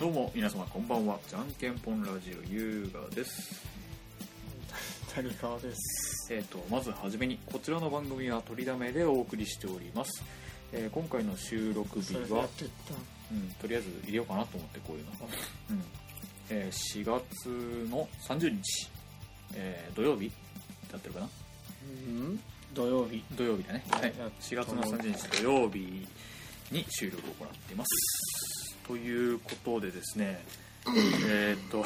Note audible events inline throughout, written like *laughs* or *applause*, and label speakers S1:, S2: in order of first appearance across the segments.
S1: どうも皆様こんばんはじゃんけんぽんラジオ優雅です
S2: 谷川です。
S1: えー、とまずはじめにこちらの番組は「取りだめ」でお送りしております、えー今回の収録日
S2: それでや
S1: は
S2: っ、てった。
S1: うん、とりあえず入れようかなと思ってこういうの、うんえー4月の30日、えー土曜日だってるかな
S2: うん土曜日。
S1: 土曜日だね、はい
S2: はい、
S1: 4月の30日土曜日に収録を行っていますということでですねえーっと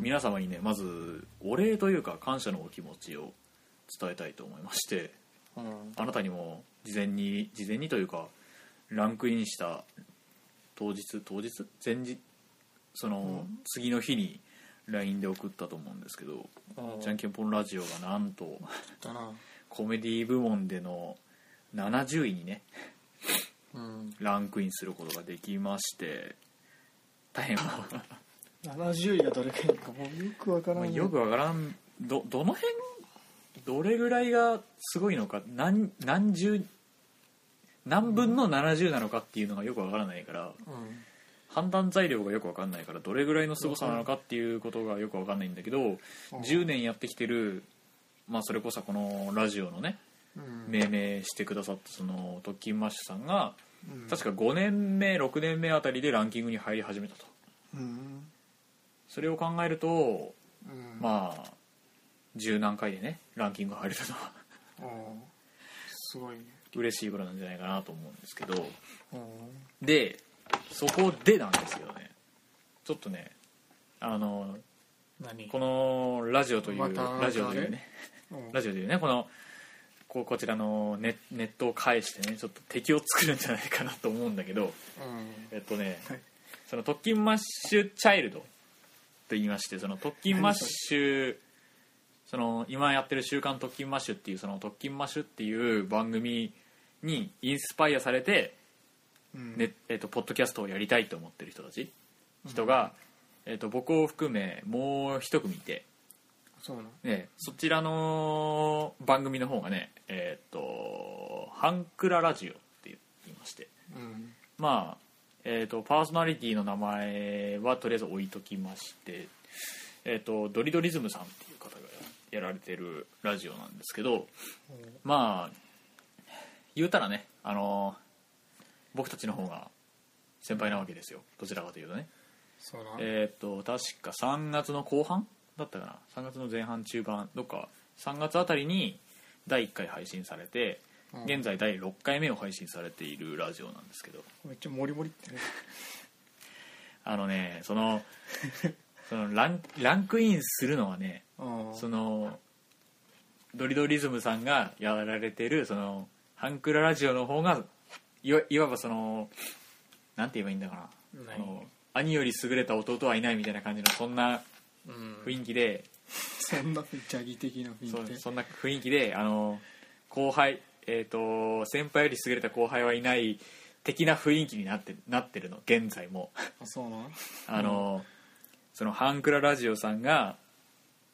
S1: 皆様にねまずお礼というか感謝のお気持ちを伝えたいと思いまして
S2: うん。
S1: あなたにも事前に事前にというかランクインした当日当日前日その
S2: うん
S1: 次の日に LINE で送ったと思うんですけど「じゃんけんぽんラジオ」がなんと
S2: だな。
S1: コメディ部門での70位にね
S2: うん。
S1: ランクインすることができまして大変
S2: 70位がどれくらいかもうよくわから
S1: まあ
S2: ない。
S1: よくわからんどどの辺どれぐらいがすごいのか何何十何分の70なのかっていうのがよくわからないから
S2: うん。
S1: 判断材料がよくわかんないからどれぐらいの凄さなのかっていうことがよくわかんないんだけど
S2: うん
S1: 10年やってきてるまあそれこそこのラジオのね
S2: うん。
S1: 命名してくださったその特勤マッシュさんが
S2: うん。
S1: 確か5年目6年目あたりでランキングに入り始めたと
S2: うん。
S1: それを考えると
S2: うん。あ。
S1: まあ十何回でねランキング入れたのは *laughs*
S2: うん。すごいね。
S1: 嬉しいことなんじゃないかなと思うんですけど
S2: うん。
S1: でそこでなんですけどねちょっとねあの
S2: 何
S1: このラジオという、
S2: また
S1: ラジオというね
S2: うん
S1: ラジオというねこのこうこちらのネネットを介してねちょっと敵を作るんじゃないかなと思うんだけど
S2: うん。
S1: えっとね、
S2: はい
S1: その特勤マッシュチャイルドと言いましてその特勤マッシュその今やってる「週刊特勤マッシュ」っていうその特勤マッシュっていう番組にインスパイアされて、
S2: うん
S1: ねえっとポッドキャストをやりたいと思ってる人たち人が、えっと僕を含めもう一組いて、
S2: そうな。
S1: ね、そちらの番組の方がねえっと「ハンクララジオ」って言いまして
S2: うん。
S1: まあ、えー、とパーソナリティの名前はとりあえず置いときまして、えー、とドリドリズムさんっていう方がやられてるラジオなんですけどまあ言うたらねあの僕たちの方が先輩なわけですよどちらかというとね
S2: そうな。
S1: えっ、と確か3月の後半だったかな3月の前半中盤どっか3月あたりに第1回配信されて
S2: うん
S1: 現在第6回目を配信されているラジオなんですけど
S2: めっちゃモリモリってね。
S1: あのねそ *laughs* のそのランランクインするのはね
S2: うん。
S1: そのドリドリズムさんがやられてるそのハンクララジオの方がいわいわばそのなんて言えばいいんだかな
S2: 何
S1: あの兄より優れた弟はいないみたいな感じのそんな
S2: うん。
S1: 雰囲気で、
S2: そんなジャギ的な雰囲
S1: そ
S2: 気で
S1: う。そんな雰囲気であの後輩えっ、と先輩より優れた後輩はいない的な雰囲気になってなってるの現在も。
S2: あ、そうな。
S1: あの、そのハンクララジオさんが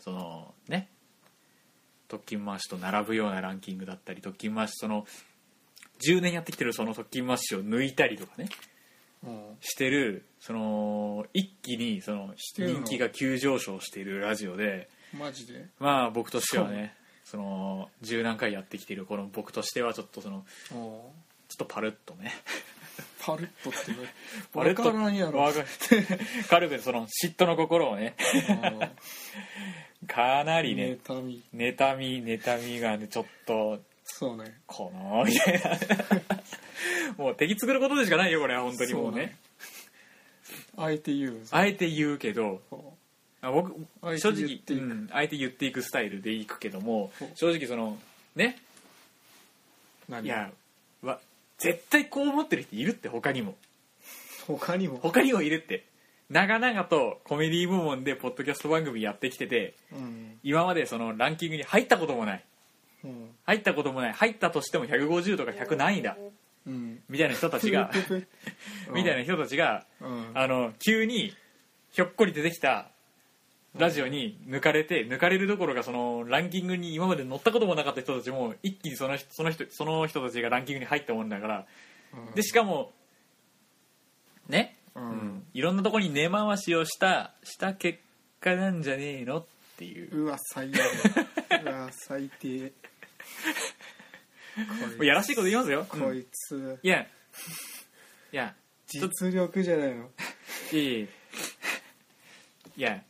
S1: そのね特勤マッシュと並ぶようなランキングだったり特勤マッシュその10年やってきてるその特勤マッシュを抜いたりとかね
S2: うん。
S1: してるその一気にその
S2: してるの
S1: 人気が急上昇しているラジオで
S2: マジで
S1: まあ僕としてはねその十何回やってきているこの僕としてはちょっとその
S2: うん。
S1: ちょっとパルッとね
S2: パルッとってね
S1: パル
S2: わ
S1: ッと
S2: からんやろ
S1: わか *laughs* 軽くその嫉妬の心をねかなりね、
S2: ネタ
S1: 妬
S2: み
S1: み妬みがねちょっと
S2: そうね
S1: このみたいなもう敵作ることでしかないよこれは本当にもうね
S2: あえて言う
S1: あえて言うけど
S2: そ
S1: あ僕
S2: あえて
S1: 正
S2: 言
S1: 直
S2: っていく
S1: うんあえて言っていくスタイルでいくけども
S2: そう
S1: 正直そのね
S2: う何
S1: いやわ絶対こう思ってる人いるって他にも
S2: 他にも、
S1: 他にもいるって長々とコメディ部門でポッドキャスト番組やってきてて
S2: うん
S1: 今までそのランキングに入ったこともない
S2: うん
S1: 入ったこともない入ったとしても150とか100何位だ
S2: うん、
S1: みたいな人たちがみたいな人たちが、
S2: な、うん、
S1: あの急にひょっこり出てきたラジオに抜かれて抜かれるどころかそのランキングに今まで乗ったこともなかった人たちも一気にその人その人その人たちがランキングに入ったもんだから
S2: うん
S1: でしかもね
S2: うん
S1: いろんなとこに根回しをしたした結果なんじゃねえのっていう
S2: うわ
S1: *laughs*
S2: 最悪うわ最低
S1: もうやらしいこと言いますようん
S2: こいつ
S1: いやいやちょっと
S2: 実力じゃないの
S1: いやいやいや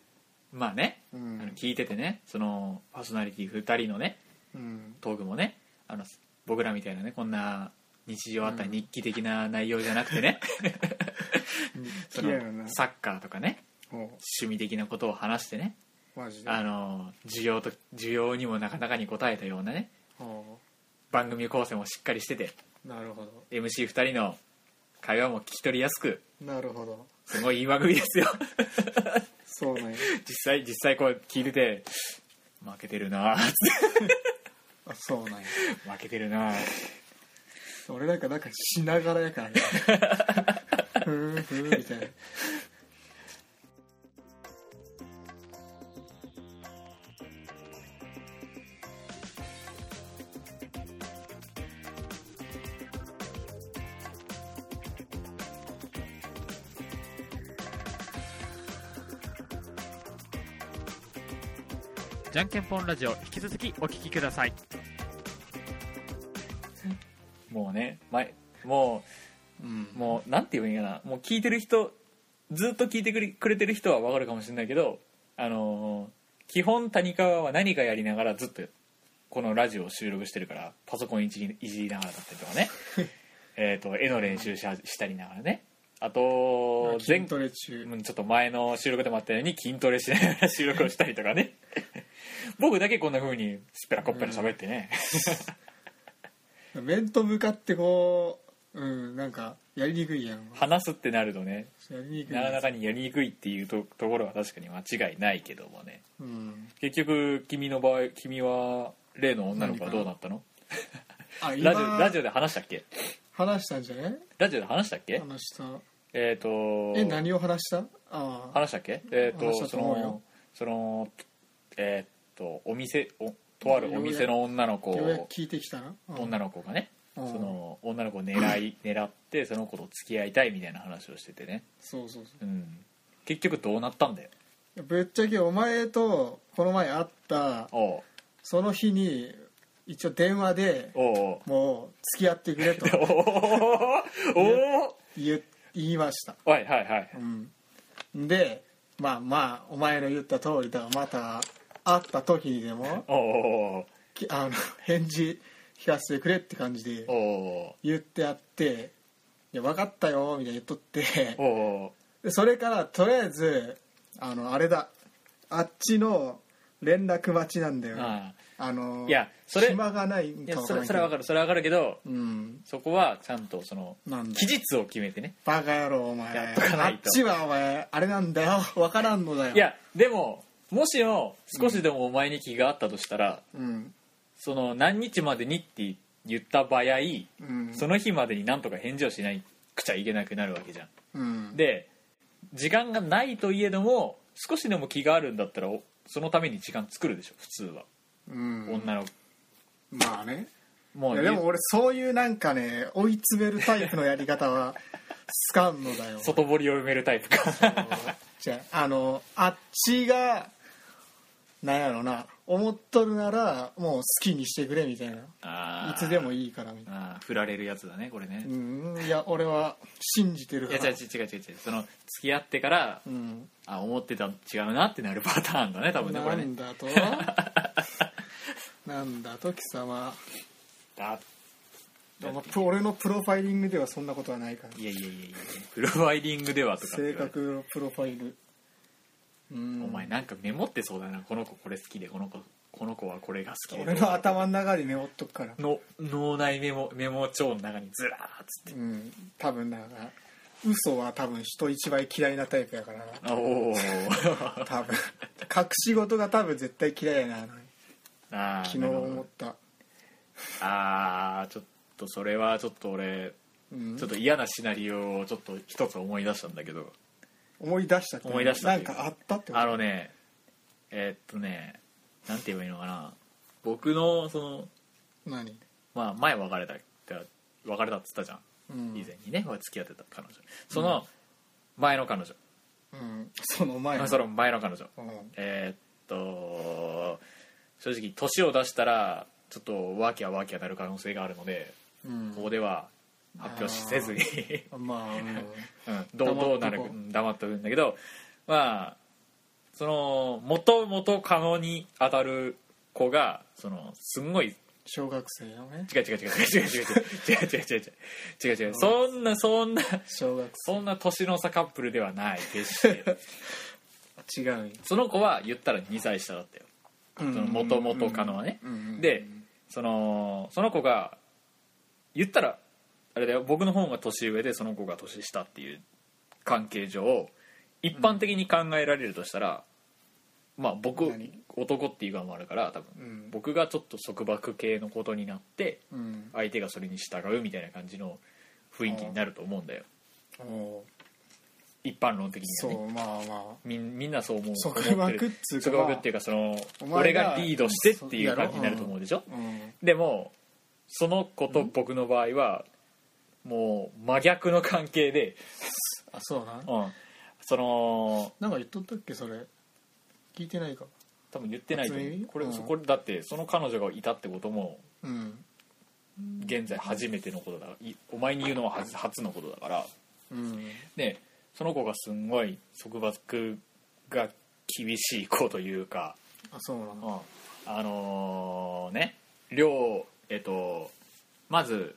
S1: まあね、
S2: う
S1: あの
S2: ん
S1: 聞いててねそのパーソナリティ2人のね
S2: うん
S1: トークもねあの僕らみたいなねこんな日常あった
S2: うん
S1: 日記的な内容じゃなくてね、そ
S2: 嫌や
S1: の
S2: な
S1: サッカーとかね
S2: も
S1: 趣味的なことを話してね
S2: うマジで
S1: あの需要と需要にもなかなかに応えたようなね
S2: ほ
S1: 番組構成もしっかりしてて
S2: うなるほど
S1: MC2 人の会話も聞き取りやすく
S2: なるほど
S1: すごいいい番組ですよ *laughs*
S2: そうなんや
S1: 実際実際こう聞いてて負けてるなぁ
S2: あそうなんや
S1: 負けてるなぁ
S2: 俺なんかなんかしながらやからねふーんふーんみたいな
S1: じゃんけんぽんラジオ引き続きお聞きくださいもうね前も
S2: うん
S1: うもうなんて言えばいいんかなもう聞いてる人ずっと聞いてくれくれてる人は分かるかもしれないけどあのー基本谷川は何かやりながらずっとこのラジオを収録してるからパソコンいじりいじりながらだったりとかね *laughs* えーと絵の練習ししたりながらねあと
S2: 筋トレ中
S1: うんちょっと前の収録でもあったように筋トレしながら収録をしたりとか
S2: *laughs*
S1: ね僕だけこんな風にすっぺらこっぺら喋ってね、
S2: 面と向かってこううんなんかやりにくいやん
S1: 話すってなるとね
S2: やりにくい
S1: なかなかにやりにくいっていうとところは確かに間違いないけどもね
S2: うん
S1: 結局君の場合君は例の女の子はどうなったの
S2: あ今
S1: ラジオラジオで話したっけ
S2: 話したんじゃない
S1: ラジオで話したっけ
S2: 話した
S1: えっ、と
S2: え何を話したああ
S1: 話したっけえっ、
S2: 話し
S1: と
S2: たと
S1: そ
S2: 思う
S1: の
S2: よ
S1: そのえっ、とお店おとあるお店の女の子
S2: ようやく
S1: を
S2: 聞いてきたな
S1: 女の子がね、
S2: うん
S1: その女の子を狙 *coughs* い狙ってその子と付き合いたいみたいな話をしててね、
S2: そうそうそ
S1: うん、結局どうなったんだよ
S2: うぶっちゃけお前とこの前会った
S1: おう
S2: その日に一応電話で
S1: おうおう
S2: もう付き合ってくれと
S1: *laughs* おうおう
S2: 言え言いました
S1: おはいはいはい
S2: うんでまあまあお前の言った通りだまた会った時にでも
S1: おうおう
S2: きあの *laughs* 返事聞かせてくれって感じで
S1: おうお
S2: 言ってあって「いや分かったよ」みたいな言っとって
S1: うおうおう
S2: でそれからとりあえずあのあれだあっちの連絡待ちなんだよ
S1: あ
S2: あの
S1: いやそれ
S2: 暇がないん
S1: いや
S2: かわ
S1: そ
S2: から
S1: れ
S2: ん
S1: そ
S2: け
S1: れは分
S2: ど
S1: かるそれは分かるけど
S2: うん
S1: そこはちゃんとその
S2: なんだ
S1: 期日を決めてね
S2: バカ野郎お
S1: やっ
S2: 前
S1: とかな
S2: あ
S1: い
S2: っ
S1: と
S2: ちはお前あれなんだよ分からんのだよ
S1: いやでももしも少しでもお前に気があったとしたら、
S2: うん
S1: その何日までにって言った場合
S2: うん
S1: その日までになんとか返事をしなくちゃいけなくなるわけじゃん。
S2: うん
S1: で時間がないといえども少しでも気があるんだったらおそのために時間作るでしょ普通は、
S2: うん
S1: 女の
S2: まあね
S1: も
S2: いうやでも俺そういうなんかね追い詰めるタイプのやり方は好かんのだよ
S1: 外堀を埋めるタイプか
S2: じゃああのあっちがなんやろな思っとるならもう好きにしてくれみたいない
S1: *laughs* あー
S2: つでもいいからみたい
S1: あー振られるやつだねこれね
S2: な、うんいや俺は信じてる
S1: い
S2: か
S1: や
S2: ら
S1: 違う違う違う違うその付き合ってから、
S2: うん
S1: あ思ってたの違うなってなるパターンだね多分ねこ
S2: な
S1: れね
S2: んだとなんだと貴
S1: *laughs*
S2: 様
S1: だ
S2: まあプ俺のプロファイリングではそんなことはないから
S1: いやいやいやいやプロファイリングではとかって
S2: 性
S1: 言われて
S2: 格のプロファイルうん
S1: お前なんかメモってそうだなこの子これ好きでこの子この子はこれが好きで
S2: 俺の頭の中でメモっとくから
S1: の脳内メモメモ帳の中にずらーっつって
S2: うん多分なんか嘘は多分人一倍嫌いなタイプやからな
S1: おお
S2: 多分隠し事が多分絶対嫌いやな
S1: *laughs* あー
S2: 昨日
S1: なるほ
S2: 思っ
S1: ど
S2: た、
S1: あーちょっとそれはちょっと俺
S2: うん
S1: ちょっと嫌なシナリオをちょっと一つ思い出したんだけど
S2: 思い出したって
S1: 思い出した
S2: な
S1: っ
S2: ん
S1: ていう
S2: かあったってこと
S1: あのねえーっとねなんて言えばいいのかな僕のその
S2: 何、
S1: まあ前別れたって別れたっつったじゃん
S2: うん
S1: 以前にね俺付き合ってた彼女その、前の彼女
S2: うん、その前
S1: あ
S2: の
S1: その前の彼女
S2: うん
S1: えーっと正直年を出したらちょっとワーキャーワーキャーなる可能性があるので、
S2: うん
S1: ここでは発表しせずに、
S2: まあ、うん
S1: うん、どう
S2: 黙っとこ
S1: ど
S2: う
S1: うなるかうん黙っとくんだけどまあその元々可能に当たる子がそのすんごい
S2: 小学生のね
S1: 違う違う違う違う違う違う違う違う違う違う違うそんなそんな
S2: 小学
S1: そんな年の差カップルではない決して
S2: 生違うよ
S1: その子は言ったら2歳下だったよ
S2: そ
S1: その元々可能はね、でそのその子が言ったらあれだよ僕の方が年上でその子が年下っていう関係上一般的に考えられるとしたら、まあ僕
S2: 何
S1: 男っていう側もあるから多分、
S2: うん
S1: 僕がちょっと束縛系のことになって
S2: うん
S1: 相手がそれに従うみたいな感じの雰囲気になると思うんだよ
S2: おう
S1: 一般論的に
S2: そ
S1: はね
S2: うまあま
S1: みんみんなそう思う
S2: 束
S1: 思ってる
S2: 縛っつうか
S1: 束縛っていうかその
S2: お前が
S1: 俺がリードしてっていう感じになると思うでしょ、
S2: あうん
S1: でもその子と僕の場合はもう真逆の関係で、
S2: あそうなん
S1: うん、その
S2: なんか言っとったっけそれ聞いてないか
S1: 多分言ってないと思
S2: 初耳
S1: うこれ,、
S2: うん
S1: これだってその彼女がいたってことも
S2: うん
S1: 現在初めてのことだからいお前に言うのは初初のことだから
S2: うん
S1: でその子がすんごい束縛が厳しい子というか、
S2: あそうな
S1: うんん、あのーね寮えっとまず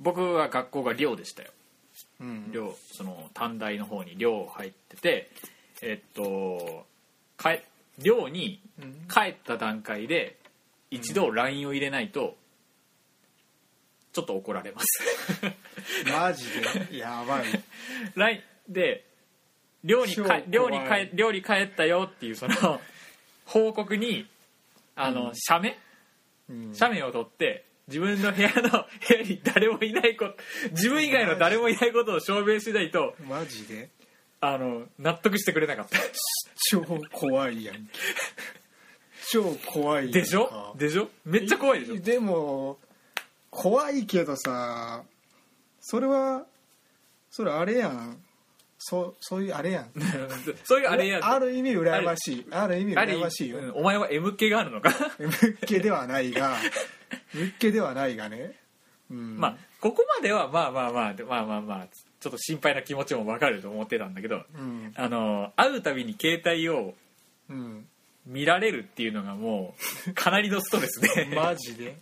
S1: 僕は学校が寮でしたよ
S2: うん
S1: 寮その短大の方に寮入っててえっとかえ寮に
S2: うん
S1: 帰った段階で一度 LINE を入れないとちょっと怒られます *laughs*
S2: マジでやばい
S1: LINE で寮に帰
S2: 超怖い
S1: 寮に帰寮に帰ったよっていうそ
S2: *laughs*
S1: の報告にあの、写メ
S2: うん
S1: 写メを取って自分の部屋の部屋に誰もいないこと自分以外の誰もいないことを証明しないと
S2: マジで
S1: あの納得してくれなかった
S2: 超怖いやんけ超怖いやんか
S1: でしょでしょめっちゃ怖いでしょ
S2: でも怖いけどさそれはそれあれやんそうそういうあれやん
S1: *laughs* そういうあれや
S2: ある意味羨ましいある意味
S1: ある
S2: 羨ましいよ
S1: うんお前は M 系があるのか
S2: ムッケではないがムッケではないがねうん
S1: *laughs* まあここまではまあまあまあでまあまあまあちょっと心配な気持ちもわかると思ってたんだけど
S2: うん
S1: あの会うたびに携帯を
S2: うん
S1: 見られるっていうのがもうかなりのストレスで
S2: *laughs* マジで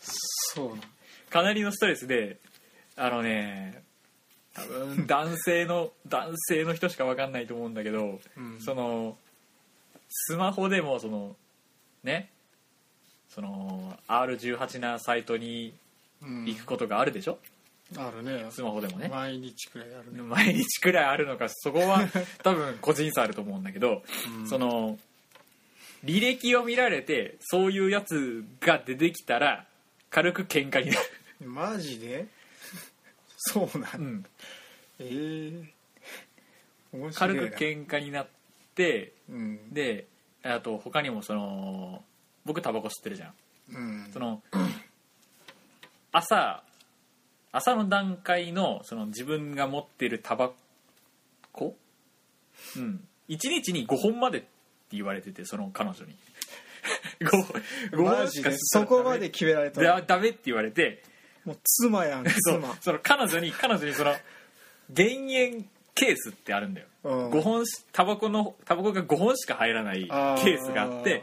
S2: そうなん
S1: *laughs* かなりのストレスであのね多分男性の男性の人しかわかんないと思うんだけど、
S2: うん
S1: そのスマホでもそのねその R18 なサイトに
S2: うん
S1: 行くことがあるでしょ、
S2: あるね
S1: スマホでもね
S2: 毎日くらいあるね
S1: 毎日くらいあるのかそこ
S2: *laughs*
S1: は多分個人差あると思うんだけど、
S2: うん
S1: その履歴を見られてそういうやつが出てきたら軽く喧嘩になる、
S2: マジでそうな
S1: うんん、
S2: ええ面白い
S1: 軽く
S2: な
S1: 喧嘩になって
S2: うん
S1: であと他にもその僕タバコ吸ってるじゃん
S2: うん
S1: その朝朝の段階のその自分が持ってるタバコうん1日に5本までって言われててその彼女に *laughs* 5,
S2: マ
S1: 本
S2: ジ
S1: しか
S2: で
S1: 吸
S2: そこまで決められた
S1: だ
S2: ら
S1: ダメって言われて
S2: もう妻やん
S1: そう
S2: 妻
S1: その彼女に彼女にその減塩ケースってあるんだよ、
S2: うん
S1: 5本しタバコのタバコが5本しか入らないケ
S2: あ
S1: ースがあって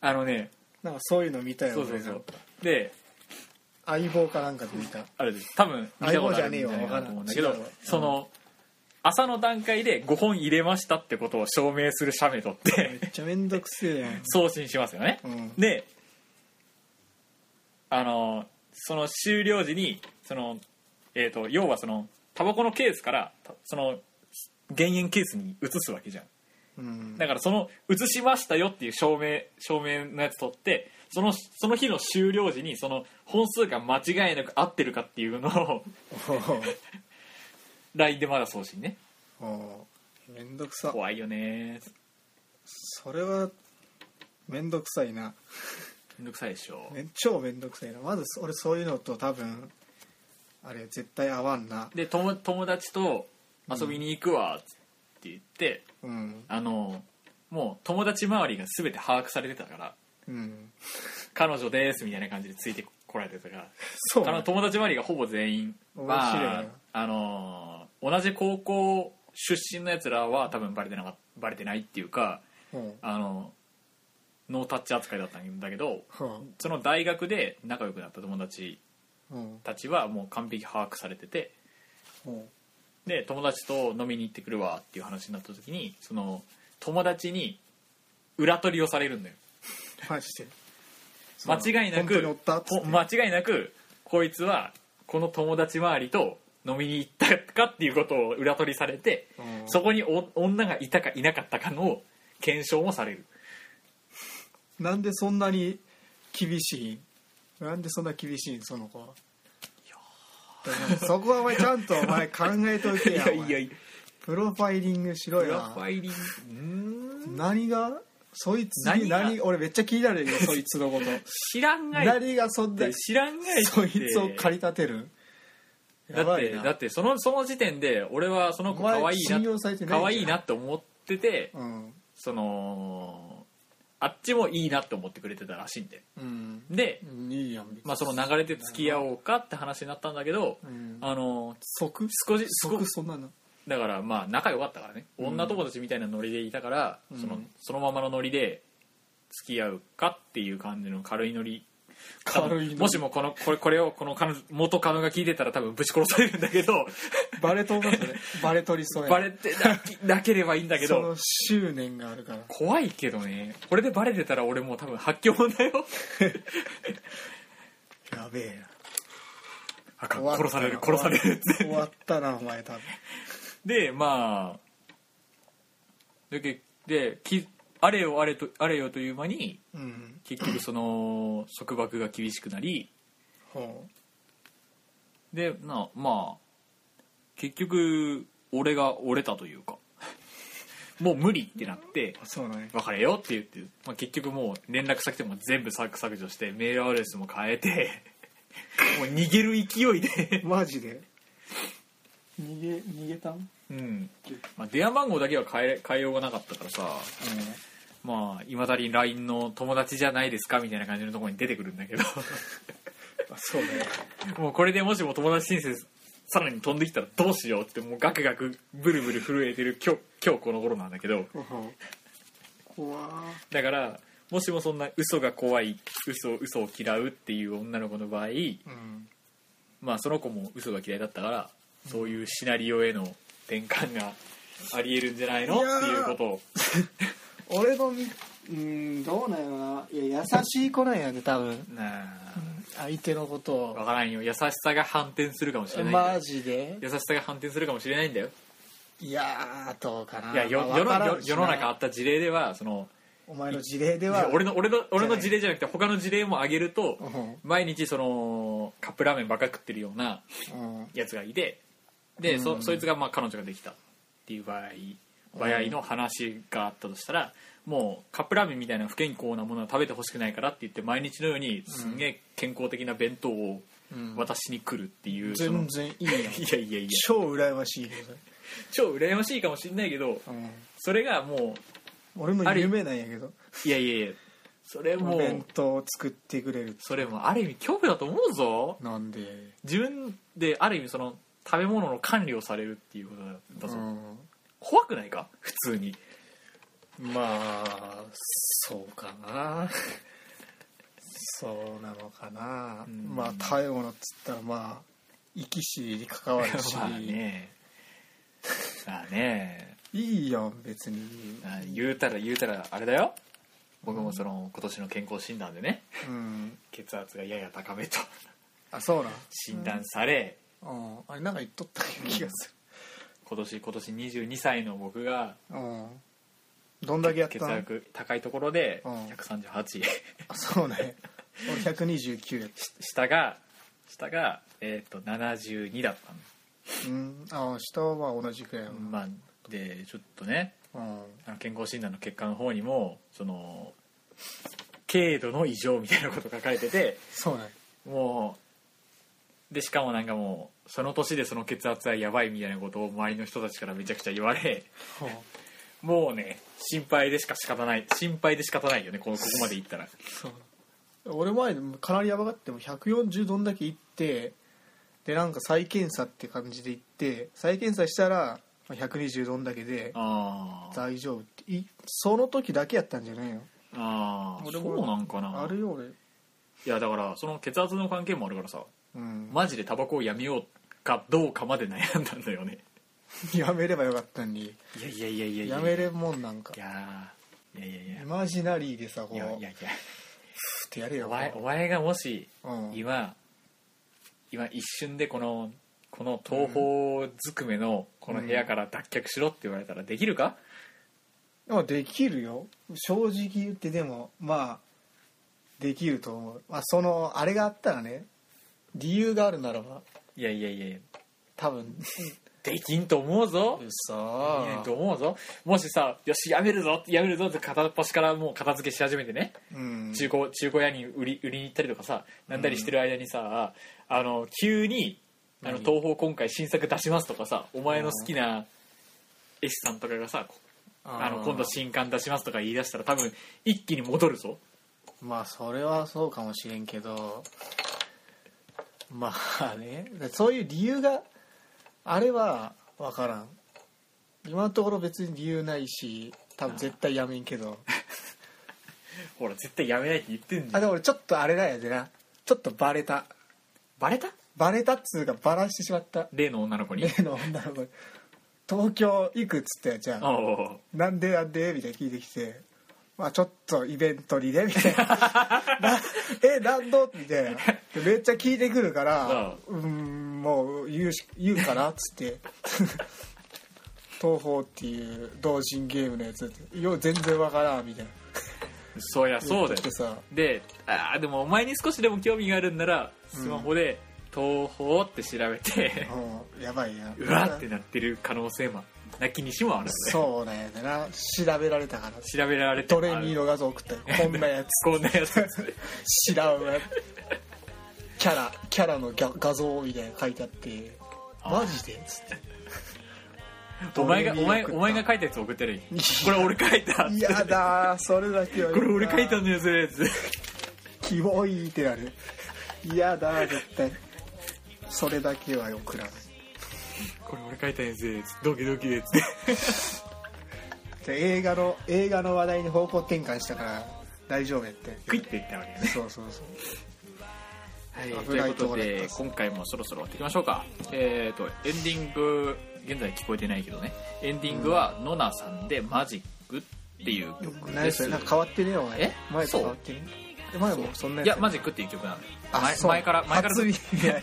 S1: あのね
S2: なんかそういうの見たよ
S1: そうそうそうで
S2: 相棒かなんかで見た
S1: あれです多分見たことあるんじゃない
S2: 相棒じゃねえよ
S1: かなと思うんだけど
S2: わからん違うわ
S1: その朝の段階で5本入れましたってことを証明する写メ取っ
S2: め
S1: て
S2: っちゃめんどくせえやん
S1: 送信しますよね、
S2: うん
S1: であのその終了時にそのえっ、と要はそのタバコのケースからたその減塩ケースに移すわけじゃん
S2: うん
S1: だからその移しましたよっていう証明証明のやつ取ってそのその日の終了時にその本数が間違いなく合ってるかっていうのを
S2: おー
S1: LINE でまだ送信ね
S2: *laughs* おーめんどくさ
S1: 怖いよね
S2: それはめんどくさいな
S1: めんどくさいでしょ
S2: めん超めんどくさいなまずそ俺そういうのと多分あれ絶対合わんな
S1: で友友達と遊びに行くわ」って言って、
S2: うん
S1: あのもう友達周りが全て把握されてたから
S2: うん *laughs*
S1: 「彼女です」みたいな感じでついてこられてたから
S2: そう
S1: あの
S2: ね
S1: 友達周りがほぼ全員
S2: 面白いな
S1: まああのー同じ高校出身のやつらは多分バレてなかバレてないっていうか
S2: うん
S1: あのノータッチ扱いだったんだけど
S2: うん
S1: その大学で仲良くなった友達
S2: うん
S1: たちはもう完璧把握されてて
S2: うん
S1: で友達と飲みに行ってくるわっていう話になった時にその友達に裏取りをされるんだよ
S2: マジでそう
S1: 間違いな
S2: 本当にお
S1: く
S2: ったっつっ
S1: こ
S2: て
S1: 間違いなくこいつはこの友達周りと飲みに行ったかっていうことを裏取りされて、
S2: うん
S1: そこにお女がいたかいなかったかの検証もされる
S2: なんでそんなに厳しいんなんでそんな厳しいんその子いやそこはお前ちゃんとお前考えといて
S1: *laughs* い
S2: や
S1: や
S2: お前
S1: いやいや
S2: プロファイリングしろ
S1: プロ
S2: や
S1: ファイリングうーん
S2: 何がそいつ
S1: 何
S2: に
S1: が
S2: 何俺めっちゃ気にな
S1: *laughs*
S2: るよそいつのこと
S1: 知らんがいっ
S2: 何がそんな
S1: て知らんがいって
S2: そいつを駆り立てる
S1: だ
S2: や
S1: っ
S2: ば
S1: て
S2: い
S1: だっ
S2: な
S1: てそのその時点で俺はその子
S2: お前
S1: 可愛いな
S2: 信用されてないじゃん
S1: 可愛いなって思ってて
S2: うん
S1: そのあっちもいいなって思ってくれてたらしいんで
S2: うん
S1: で
S2: うんいいやん別に
S1: まあ、その流れで付き合おうかって話になったんだけど、
S2: うん
S1: あの
S2: 即
S1: 少し少
S2: 即
S1: し
S2: そんなの
S1: だからまあ仲良かったからね、
S2: うん
S1: 女友達みたいなノリでいたから、
S2: うん
S1: そのそのままのノリで付き合うかっていう感じの軽いノリ
S2: 軽いの
S1: もしもこのこれこれをこの彼女元カノが聞いてたら多分ぶち殺されるんだけど
S2: バレとんか
S1: *laughs*
S2: それバレ取りそうや
S1: バレてなきなければいいんだけ
S2: そ
S1: ど
S2: の執念があるから
S1: 怖いけどねこれでバレてたら俺もう多分発狂だよ
S2: やべえな
S1: あかん
S2: 終わった
S1: 殺
S2: な
S1: される殺されるって
S2: 終わったなお前多分
S1: でまあでけできあれよあれとあれよという間に
S2: うん
S1: 結局その束縛が厳しくなり
S2: ほ
S1: でなまあ結局俺が折れたというか *laughs* もう無理ってなって
S2: うそうなんや
S1: 別れようって言って、まあ、結局もう連絡先とかも全部削削除してメールアドレスも変え
S2: *laughs*
S1: てもう逃げる勢いで、
S2: マ
S1: *laughs*
S2: ジで逃げ逃げたん、うん、
S1: うんまあ、電話番号だけは変え変えようがなかったからさまあいまだに LINE の友達じゃないですかみたいな感じのところに出てくるんだけ
S2: *laughs*
S1: ど
S2: あそうだよ
S1: もうこれでもしも友達申請さらに飛んできたらどうしようってもうガクガクブルブル震えてる今日今日この頃なんだけど
S2: 怖
S1: だからもしもそんな嘘が怖い嘘嘘を嫌うっていう女の子の場合
S2: うん
S1: まあその子も嘘が嫌いだったからそういうシナリオへの転換がありえるんじゃないのっ
S2: い
S1: て
S2: やー
S1: いうことを
S2: 俺のみうんどうなんやろないや優しい子なんやね多分
S1: な
S2: 相手のこと
S1: あ
S2: を
S1: 分からんよ優しさが反転するかもしれないんだよ
S2: マジで
S1: 優しさが反転するかもしれないんだよ
S2: いやーどうかない
S1: やよ
S2: まあ
S1: 世の
S2: わから
S1: 世
S2: んしな
S1: 世の中あった事例ではその
S2: お前の事例では
S1: 俺の俺の俺の事例じゃなくて他の事例も挙げると
S2: うん
S1: 毎日そのカップラーメンばっか食ってるような
S2: うん
S1: やつがいてで、
S2: う
S1: そ
S2: ん
S1: そいつがまあ彼女ができたっていう場合場合の話があったとしたら、もうカップラーメンみたいな不健康なものは食べてほしくないからって言って毎日のようにすんげえ健康的な弁当を
S2: うん
S1: 渡しに来るっていう、その
S2: 全然いいやん
S1: いやいやいや
S2: 超羨ましいけどね
S1: 超羨ましいかもしれないけど
S2: うん
S1: それがも
S2: 俺も夢なんやけど
S1: ういやいやいやそれ
S2: お
S1: も
S2: 弁当を作ってくれる
S1: それもある意味恐怖だと思うぞ
S2: なんで
S1: 自分である意味その食べ物の管理をされるっていうことだ
S2: う
S1: ぞ、
S2: ん
S1: 怖くないか普通に
S2: まあそうかな *laughs* そうなのかな、
S1: うん
S2: まあ食べ物っつったらまあ生き死に関わるし、
S1: *laughs* まあねまあね
S2: いいやん別に、
S1: あ言うたら言うたらあれだよ僕もその今年の健康診断でね
S2: うん、
S1: 血圧がやや高めと
S2: あそうなん
S1: 診断され、
S2: うん、あれなんか言っとった気がす
S1: 今年今年22歳の僕が
S2: るうん、どんだけやっ
S1: 血
S2: たん
S1: 圧高いところで
S2: うん
S1: 138
S2: あそうね俺129やっ
S1: 下が下が、えー、と72だった
S2: たうんあ下はまあ同じくらいや
S1: の、
S2: な
S1: まあでちょっとね
S2: うん
S1: あの健康診断の結果の方にもその軽度の異常みたいなことが書かれてて
S2: そうね
S1: もでしかもなんかもうその年でその血圧はやばいみたいなことを周りの人たちからめちゃくちゃ言われもうね心配でしか仕方ない心配で仕方ないよねこのここまでいったら
S2: そう俺前かなりやばかっても140どんだけ行ってでなんか再検査って感じで行って再検査したらまあ120どんだけで
S1: あー
S2: 大丈夫っていその時だけやったんじゃないよ
S1: あー
S2: 俺
S1: そ
S2: も
S1: うなんかな
S2: あるよ俺
S1: いやだからその血圧の関係もあるからさ
S2: うん、
S1: マジでタバコをやめようかどうかまで悩んだんだよね
S2: やめればよかったのに
S1: いやいやいやいやい
S2: やめれんもんなんか
S1: いやーいやいやいや
S2: イマジナリーでさこう
S1: い
S2: や
S1: やいやい
S2: ってやれ
S1: や
S2: よ
S1: お前お前がもし
S2: うん
S1: 今今一瞬でこのこの東方ずくめのこの部屋から脱却しろって言われたらできるか、
S2: でもできるよ正直言ってでもまあできると思う、まあ、そのあれがあったらね理由があるならば
S1: いやいやいや
S2: 多分
S1: できんと思うぞ
S2: そ
S1: いやと思うぞもしさよしやめるぞやめるぞって片っ端からもう片付けし始めてね
S2: うん
S1: 中古中古屋に売り売りに行ったりとかさなんだりしてる間にさ、あの急にあの
S2: 何
S1: 東宝今回新作出しますとかさお前の好きな絵師さんとかがさあの今度新刊出しますとか言い出したら多分一気に戻るぞ
S2: まあそれはそうかもしれんけどまあねそういう理由があれば分からん今のところ別に理由ないし多分絶対やめんけど
S1: ほら絶対やめないって言ってんじ
S2: あ
S1: ゃん
S2: でも俺ちょっとあれだよでなちょっとバレた
S1: バレた
S2: バレたっつうかバラしてしまった
S1: 例の女の子に
S2: 例の女の子に東京行くっつったよじゃ
S1: *laughs* お
S2: あ
S1: お
S2: なんでなんでみたいな聞いてきてまあちょっとイベントにねみたいなな *laughs* え何度みたいなでめっちゃ聞いてくるからうーんもう言うし言うかなっつって東宝っていう同人ゲームのやつでよう全然わからんみたいな
S1: そりゃそうだよ
S2: 言ってさ
S1: であーでもお前に少しでも興味があるんならスマホで「東宝」って調べ
S2: *laughs*
S1: て、
S2: うんやばいな
S1: うわってなってる可能性もなきにしもあるんだよ
S2: そうだよな調べられたから
S1: 調べられて
S2: ドレミの画像
S1: *laughs*
S2: 送ったよこんなやつ
S1: つこんなやつ
S2: 知らんわキャラキャラのギャ画像みたいなの書いてあってマジでつって
S1: お前が
S2: ドレ
S1: お
S2: ミ
S1: 前
S2: 送った
S1: お前が書いたやつ送ってるこれ俺書いた
S2: いやだーそれだけは
S1: これ俺書いた
S2: の
S1: のよそれやつ
S2: キモいってなるいやだー絶対それだけはよくらん
S1: これ俺書いたやつやつドキドキやつ
S2: じゃあ映画の映画の話題に方向転換したから大丈夫やって
S1: クイッていったわけね
S2: そうそうそう
S1: はいと
S2: 危
S1: い
S2: な
S1: う
S2: い
S1: こと
S2: こだった
S1: で今回もそろそろ終わっていきましょうかえっ、とエンディング現在聞こえてないけどねエンディングはノナさんで「マジック」っていう曲で
S2: 何そ
S1: す
S2: れなんか変わってねえよお前
S1: え
S2: 前と変わってねえ前もそんなや
S1: い
S2: つ
S1: や「マジック」っていう曲なんで前
S2: そう
S1: 前から前から *laughs*
S2: 初
S1: 一
S2: 耳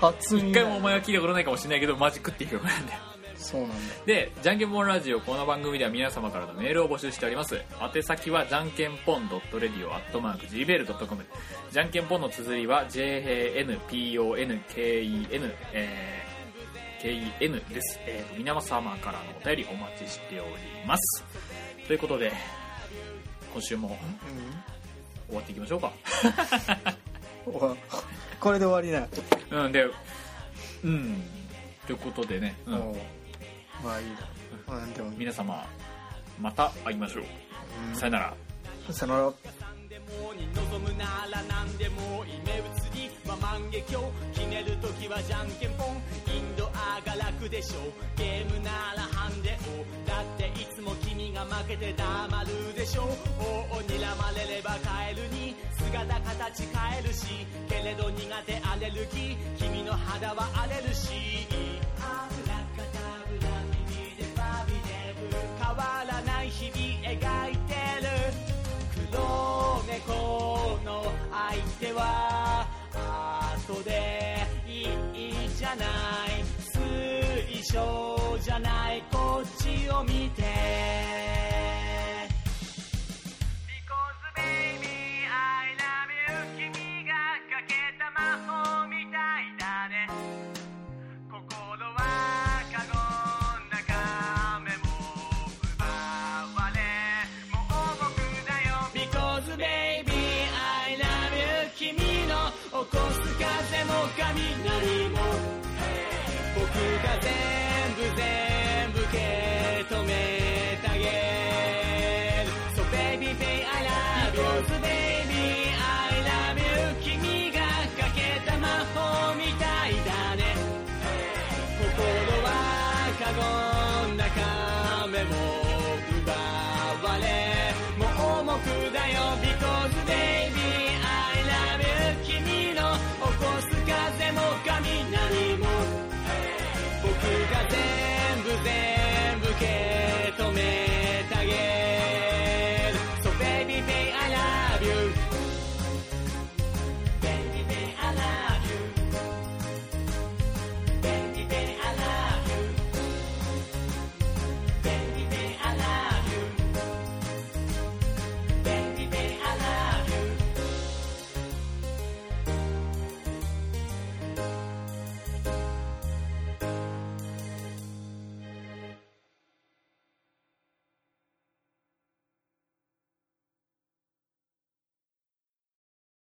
S2: 初耳
S1: 回もお前は聞いたことないかもしれないけど「マジック」っていう曲なんだよ
S2: そうなんだ
S1: で「じゃんけんぽんラジオ」この番組では皆様からのメールを募集しております宛先はじゃんけんぽん .radio.gmail.com じゃんけんぽんの綴りは JANPONKEN えー KEN です、えー皆様からのお便りお待ちしておりますということで今週も終わっていきましょうか
S2: うんおこれで終わりな
S1: うんでうんということでね、うん
S2: もうまあいいなまあなんでも
S1: 皆様また会いましょう、さよなら
S2: うんさよなら
S3: 何でもに望むなら何でも夢移りまあ万華鏡ひねる時はじゃんけんぽんインドアが楽でしょうゲームならハンデをだっていつも君が負けて黙るでしょう王を睨まれればカエルに姿形変えるしけれど苦手アレルギー君の肌は荒れるしあぶらかたぶら耳でバビデブ変わらない日々描いてる黒猫の相手は後でいいじゃない水晶じゃないこっちを見て